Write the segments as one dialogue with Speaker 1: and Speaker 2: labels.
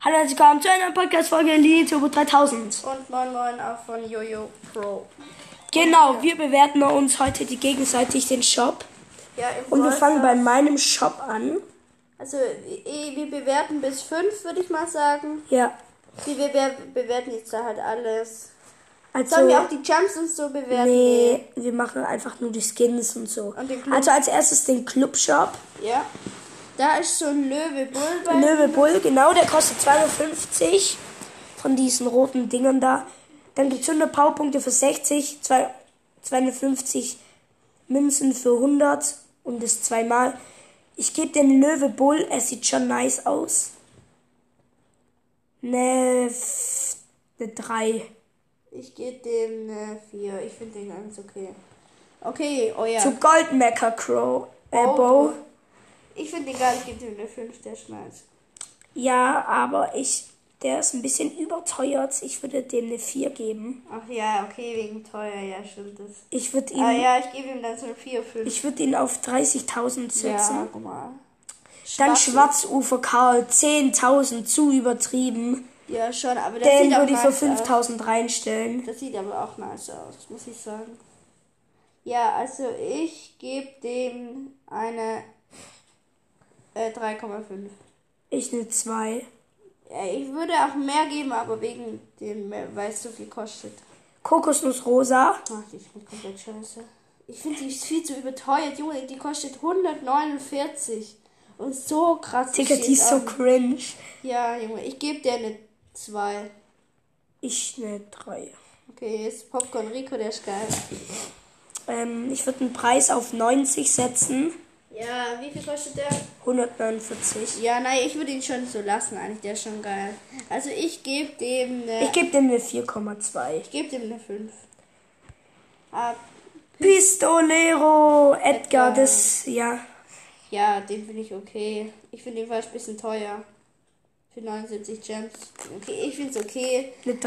Speaker 1: Hallo, herzlich willkommen zu einer Podcast-Folge Linie Turbo 3000.
Speaker 2: Und moin moin auch von Jojo Pro.
Speaker 1: Genau, wir bewerten uns heute die gegenseitig den Shop.
Speaker 2: Ja, im
Speaker 1: Und wir
Speaker 2: Brawl
Speaker 1: fangen bei
Speaker 2: Stars-
Speaker 1: meinem Shop an.
Speaker 2: Also, eh, wir bewerten bis 5, würde ich mal sagen.
Speaker 1: Ja,
Speaker 2: Wir, wir, wir bewerten jetzt da halt alles.
Speaker 1: also...
Speaker 2: Sollen wir auch die Jumps und so bewerten?
Speaker 1: nee, wir machen einfach nur die Skins und so.
Speaker 2: Und den Club.
Speaker 1: also als erstes den Club-Shop.
Speaker 2: Ja. Da ist so ein Löwe Bull bei.
Speaker 1: Löwe Bull, genau, der kostet 250 von diesen roten Dingern da. Dann gibt es 100 Powerpunkte für 60, zwei- 250 Münzen für 100 und das zweimal. Ich gebe den Löwe Bull, es sieht schon nice aus. Ne, f- ne 3.
Speaker 2: Ich gebe dem eine 4. Ich finde den ganz okay. Okay, oh euer.
Speaker 1: Zu Goldmecker Crow. Äh,
Speaker 2: Oh,
Speaker 1: Bow.
Speaker 2: du. Ich finde den gar nicht, ich gebe dem eine 5, der ist nice.
Speaker 1: Ja, aber ich, der ist ein bisschen überteuert. Ich würde dem eine 4 geben.
Speaker 2: Ach ja, okay, wegen teuer, ja, stimmt das.
Speaker 1: Ich würde ihm
Speaker 2: Ah ja, ich gebe ihm dann so eine 4, 5.
Speaker 1: Ich würde ihn auf 30.000 setzen.
Speaker 2: ja, guck mal.
Speaker 1: Dann
Speaker 2: Schwarz-
Speaker 1: Schwarzufer Karl, 10.000, zu übertrieben.
Speaker 2: Ja, schon, aber das
Speaker 1: Den
Speaker 2: sieht auch
Speaker 1: würde ich für
Speaker 2: nice aus.
Speaker 1: 5.000 reinstellen.
Speaker 2: Das sieht aber auch nice aus, muss ich sagen. Ja, also ich gebe dem eine äh, 3,5.
Speaker 1: Ich ne 2.
Speaker 2: Ja, ich würde auch mehr geben, aber wegen dem, äh, weil es so viel kostet.
Speaker 1: Kokosnuss Rosa,
Speaker 2: Ach, die finde komplett scheiße. Ich finde die ist viel zu überteuert, Junge. Die kostet 149. Und so krass.
Speaker 1: Digga,
Speaker 2: steht
Speaker 1: die ist so
Speaker 2: an.
Speaker 1: cringe.
Speaker 2: Ja, Junge, ich gebe dir eine 2.
Speaker 1: Ich ne 3.
Speaker 2: Okay, jetzt Popcorn Rico, der ist geil.
Speaker 1: Ähm, ich würde einen Preis auf 90 setzen.
Speaker 2: Ja, wie viel kostet der?
Speaker 1: 149.
Speaker 2: Ja, nein, ich würde ihn schon so lassen, eigentlich. Der ist schon geil. Also ich gebe dem eine.
Speaker 1: Ich gebe dem eine 4,2.
Speaker 2: Ich gebe dem eine 5. Ah,
Speaker 1: Pistolero, Edgar,
Speaker 2: Edgar.
Speaker 1: das, ja.
Speaker 2: ja, den finde ich okay. Ich finde den fast ein bisschen teuer. Für 79 Gems. Okay, ich finde es okay.
Speaker 1: Eine
Speaker 2: Also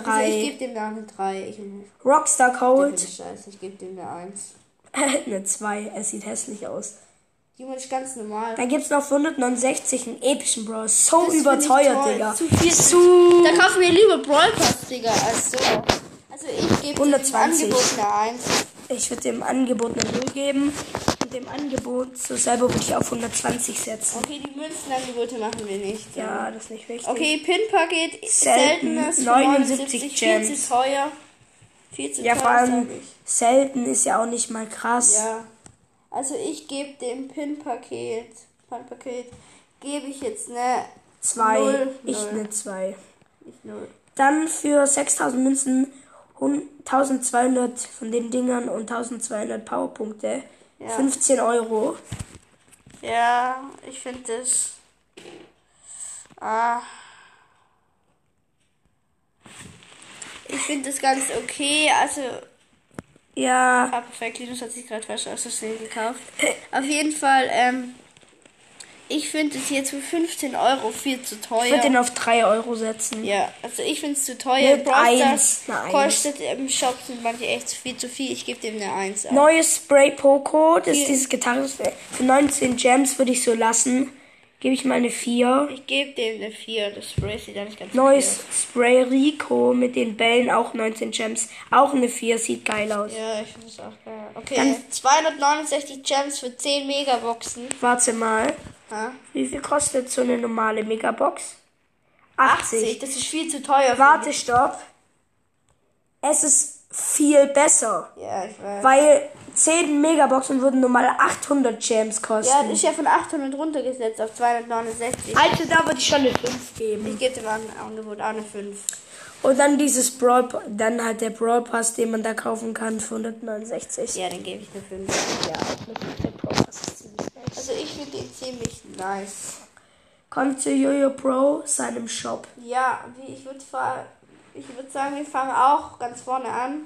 Speaker 1: 3.
Speaker 2: ich gebe dem da eine 3. Ich finde
Speaker 1: Rockstar Cold,
Speaker 2: ich scheiße. Ich gebe dem eine 1.
Speaker 1: eine 2. Es sieht hässlich aus.
Speaker 2: Junge, das ist ganz normal.
Speaker 1: Dann gibt's noch für 169 einen epischen Bro. So
Speaker 2: Das
Speaker 1: überteuert,
Speaker 2: find ich
Speaker 1: Digga.
Speaker 2: toll.
Speaker 1: Zu
Speaker 2: Zu
Speaker 1: viel
Speaker 2: viel-
Speaker 1: zu.
Speaker 2: Da kaufen wir lieber Brawl Pass, Digga, als so. Also ich gebe dem
Speaker 1: 120.
Speaker 2: Angebot eine 1.
Speaker 1: Ich würde dem Angebot eine 0 geben. Und dem Angebot so selber würde ich auf 120 setzen.
Speaker 2: Okay, die Münzenangebote machen wir nicht.
Speaker 1: Ja, das ist nicht wichtig.
Speaker 2: Okay,
Speaker 1: Selten,
Speaker 2: Pin-Paket, seltenes,
Speaker 1: 79
Speaker 2: 79
Speaker 1: Gems.
Speaker 2: viel zu teuer. Viel zu
Speaker 1: Ja,
Speaker 2: teuer,
Speaker 1: vor allem
Speaker 2: sag ich.
Speaker 1: selten ist ja auch nicht mal krass.
Speaker 2: Ja. Also ich gebe dem Pin-Paket, Pin-Paket, gebe ich jetzt ne
Speaker 1: Zwei.
Speaker 2: Null,
Speaker 1: ich
Speaker 2: null.
Speaker 1: ne zwei.
Speaker 2: nicht null.
Speaker 1: Dann für 6000 Münzen hun- 1200 von den Dingern und 1200 Powerpunkte.
Speaker 2: Ja.
Speaker 1: 15 Euro.
Speaker 2: Ja, ich finde das. Ah. Ich finde das ganz okay, also
Speaker 1: Ja.
Speaker 2: Ah, perfekt. Linus hat sich gerade was aus Versehen gekauft. Auf jeden Fall, ähm, ich finde es jetzt für 15 Euro viel zu
Speaker 1: Ich würde
Speaker 2: teuer.
Speaker 1: den auf 3 Euro setzen.
Speaker 2: Ja, also ich finde es zu teuer.
Speaker 1: Mit
Speaker 2: Brawl
Speaker 1: eins,
Speaker 2: Stars
Speaker 1: eine Eins.
Speaker 2: kostet im Shop sind manche echt viel zu viel. Ich gebe dem eine 1. ab.
Speaker 1: Neues Spray Poco, das ist
Speaker 2: Hier.
Speaker 1: dieses Gitarre. Für 19 Gems würde ich so lassen. Gebe ich mal eine 4.
Speaker 2: Ich gebe dem eine 4. Das Spray sieht ja nicht ganz
Speaker 1: Neues Spray Rico mit den Bällen, auch 19 Gems. Auch eine 4, sieht geil aus.
Speaker 2: Okay. Ja, ich finde es auch geil. Okay,
Speaker 1: Dann-
Speaker 2: 269 Gems für 10 Megaboxen.
Speaker 1: Warte mal,
Speaker 2: Ha?
Speaker 1: wie viel kostet so eine normale Megabox?
Speaker 2: 80,
Speaker 1: 80.
Speaker 2: das ist viel zu teuer. für
Speaker 1: Warte, stopp. Es ist viel besser,
Speaker 2: mich. Ja, ich weiß.
Speaker 1: weil 10 Megaboxen würden normal 800 Gems
Speaker 2: Ja,
Speaker 1: kosten.
Speaker 2: das ist ja von 800 runtergesetzt auf 269.
Speaker 1: Also da würde ich schon eine 5 geben.
Speaker 2: Ich gebe dem An- Angebot auch eine 5.
Speaker 1: Und dann dieses Brawl, Pa- dann halt der Brawl Pass, den man da kaufen kann für 169.
Speaker 2: Ja, dann gebe ich eine 5.
Speaker 1: Ja, auch mit der Brawl Pass ist ziemlich nice.
Speaker 2: Also ich finde ihn ziemlich nice.
Speaker 1: Kommt zu Jojo Pro, seinem Shop.
Speaker 2: Ja, wie ich würde ich würde sagen, wir fangen auch ganz vorne an.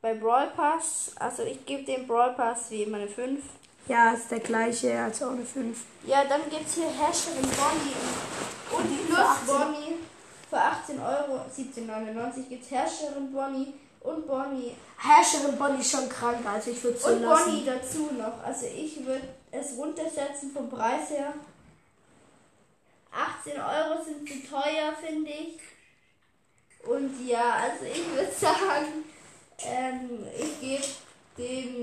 Speaker 2: Bei Brawl Pass. Also ich gebe dem Brawl Pass wie immer eine 5.
Speaker 1: Ja, ist der gleiche, also auch eine 5.
Speaker 2: Ja, dann gibt es hier Hashtag und Bonnie. Und die Plus Bonnie. Für 18 Euro, 17,99 gibt es Herrscherin Bonnie und Bonnie.
Speaker 1: Herrscherin Bonnie ist schon krank, also ich würde so
Speaker 2: Und
Speaker 1: lassen.
Speaker 2: Bonnie dazu noch. Also ich würde es runtersetzen vom Preis her. 18 Euro sind zu teuer, finde ich. Und ja, also ich würde sagen, ähm, ich gebe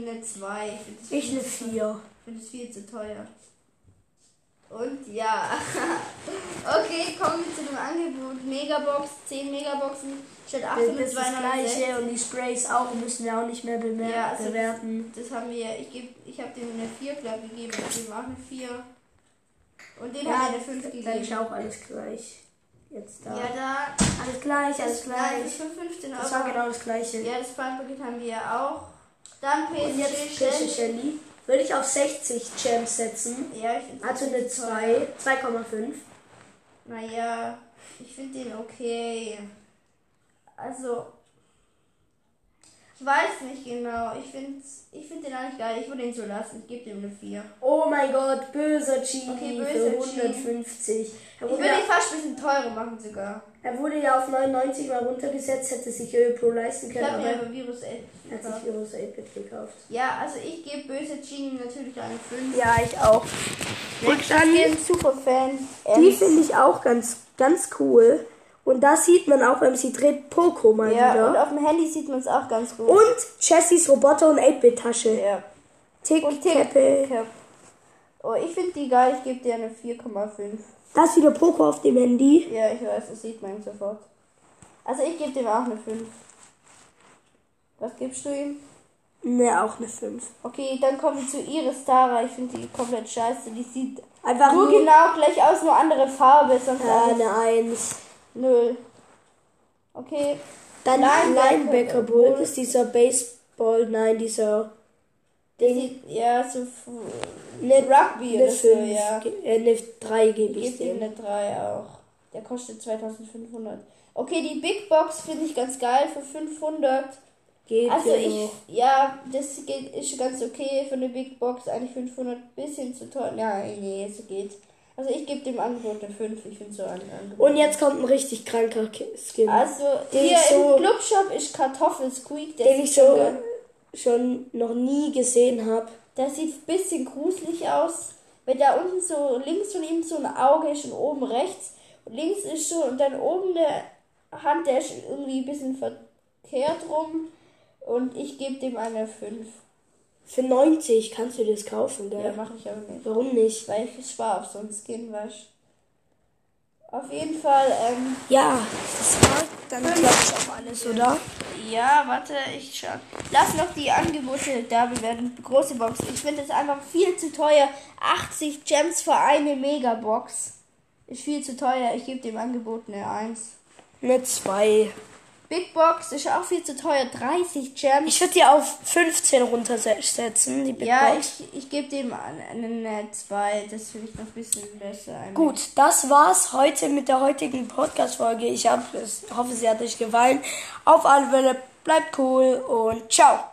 Speaker 2: dem eine 2. Ich finde es
Speaker 1: Ich
Speaker 2: viel
Speaker 1: eine
Speaker 2: zu-
Speaker 1: 4.
Speaker 2: finde es viel zu teuer. Und ja. okay, kommen wir zu dem Angebot. Megabox, 10 Megaboxen statt
Speaker 1: Das
Speaker 2: 18 und
Speaker 1: ist das
Speaker 2: 269.
Speaker 1: gleiche und die Sprays auch, müssen wir auch nicht mehr bemer-
Speaker 2: Ja, also-
Speaker 1: bewerten.
Speaker 2: Das haben wir, ich, geb- ich habe dem eine 4, glaube ich, gegeben. Ich dem auch eine 4. Und den
Speaker 1: Ja,
Speaker 2: habe ich eine 5
Speaker 1: Dann
Speaker 2: gegeben.
Speaker 1: ist auch alles gleich. Jetzt da.
Speaker 2: Ja, da.
Speaker 1: Alles gleich, alles
Speaker 2: das Nein,
Speaker 1: gleich.
Speaker 2: für 15 Euro.
Speaker 1: Das war genau das gleiche.
Speaker 2: Ja, das Bandpaket haben wir ja auch. Dann
Speaker 1: Und jetzt
Speaker 2: PSG
Speaker 1: Pesche
Speaker 2: Shell.
Speaker 1: Shelly. Würde ich auf 60 Champs setzen.
Speaker 2: Ja, ich finde
Speaker 1: Also eine 2, 2,5.
Speaker 2: Naja, ich finde den okay. Also, ich weiß nicht genau. Ich finde ich find den eigentlich geil. Ich würde ihn so lassen. Ich gebe dem eine 4.
Speaker 1: Oh mein Gott, böser Chili
Speaker 2: Okay,
Speaker 1: für
Speaker 2: böser Chili.
Speaker 1: 150. Er
Speaker 2: Ich würde
Speaker 1: wurde, ja,
Speaker 2: ihn fast ein bisschen teurer machen sogar.
Speaker 1: er wurde ja auf 99 mal runtergesetzt, hätte sich Öl Pro leisten
Speaker 2: Ich
Speaker 1: können,
Speaker 2: habe
Speaker 1: aber
Speaker 2: mir
Speaker 1: er
Speaker 2: aber Virus 11
Speaker 1: hat sich Virus 8-Bit gekauft.
Speaker 2: Ja, also ich gebe böse Genie natürlich eine 5.
Speaker 1: Ja, ich auch. Und dann
Speaker 2: Superfan.
Speaker 1: Die finde ich auch ganz, ganz cool. Und da sieht man auch beim sie dreht Poco mal
Speaker 2: Ja, und
Speaker 1: wieder.
Speaker 2: auf dem Handy sieht man es auch ganz gut.
Speaker 1: Und Jessys Roboter und 8-Bit-Tasche.
Speaker 2: ja.
Speaker 1: Tick,
Speaker 2: Und Tick.
Speaker 1: Teppe.
Speaker 2: Cap. Oh, ich finde die geil. Ich gebe dir eine 4,5.
Speaker 1: Da ist wieder Poco auf dem Handy.
Speaker 2: Ja, ich weiß, das sieht man sofort. Also ich gebe dem auch eine 5. Was gibst du ihm?
Speaker 1: Ne, auch eine 5.
Speaker 2: Okay, dann kommen wir zu Iris Tara. Ich finde die komplett scheiße. Die sieht
Speaker 1: Einfach
Speaker 2: nur genau gleich aus, nur andere Farbe. Sonst
Speaker 1: Ja, genau.
Speaker 2: alles
Speaker 1: eine 1.
Speaker 2: null. Okay,
Speaker 1: Dann
Speaker 2: Linebacker-
Speaker 1: Linebacker Bull. Das ist dieser Baseball, nein, dieser... Mhm.
Speaker 2: die sieht ja so fu-
Speaker 1: Ne,
Speaker 2: Rugby
Speaker 1: eine
Speaker 2: oder so,
Speaker 1: 5.
Speaker 2: ja.
Speaker 1: Äh, eine 3 gebe ich
Speaker 2: Gebt ihm
Speaker 1: dem.
Speaker 2: eine 3 auch. Der kostet 2500. Okay, die Big Box finde ich ganz geil für 500.
Speaker 1: Geht
Speaker 2: Also
Speaker 1: ja
Speaker 2: ich,
Speaker 1: noch.
Speaker 2: ja, das geht, ist ganz okay für eine Big Box. Eigentlich 500, bisschen zu teuer. Nein, nee, es geht. Also ich gebe dem Angebot eine 5. Ich finde so ein Angebot.
Speaker 1: Und jetzt kommt ein richtig kranker Ki- Skin.
Speaker 2: also
Speaker 1: Den
Speaker 2: hier
Speaker 1: ich so-
Speaker 2: im Clubshop ist Kartoffelsqueak. Der,
Speaker 1: den
Speaker 2: sieht
Speaker 1: ich so
Speaker 2: schon-
Speaker 1: schon noch nie gesehen habe.
Speaker 2: der sieht ein bisschen gruselig aus. Wenn da unten so links von ihm so ein Auge ist und oben rechts. Und links ist so und dann oben eine Hand, der ist irgendwie ein bisschen verkehrt rum. Und ich gebe dem eine 5.
Speaker 1: Für 90 kannst du das kaufen, gell?
Speaker 2: Ja, mache ich aber nicht.
Speaker 1: Warum nicht?
Speaker 2: weil ich spare auf so einen Skin, weißt du. Auf jeden Fall, ähm,
Speaker 1: Ja, das war dann klappt auch alles, oder?
Speaker 2: ja, warte, ich schau. Lass noch die Angebote da bewerten. Große Box. Ich finde das einfach viel zu teuer. 80 Gems für eine Megabox. Ist viel zu teuer. Ich gebe dem Angebot eine 1.
Speaker 1: Eine 2.
Speaker 2: Big Box ist auch viel zu teuer. 30 Gems.
Speaker 1: Ich würde die auf 15 runtersetzen, die Big
Speaker 2: Ja,
Speaker 1: Box.
Speaker 2: ich, ich gebe dem an- eine 2. Das finde ich noch ein bisschen besser. Eine
Speaker 1: Gut, das war's heute mit der heutigen Podcast-Folge. Ich hab, es- hoffe, sie hat euch gefallen. Auf alle Fälle, bleibt cool und ciao.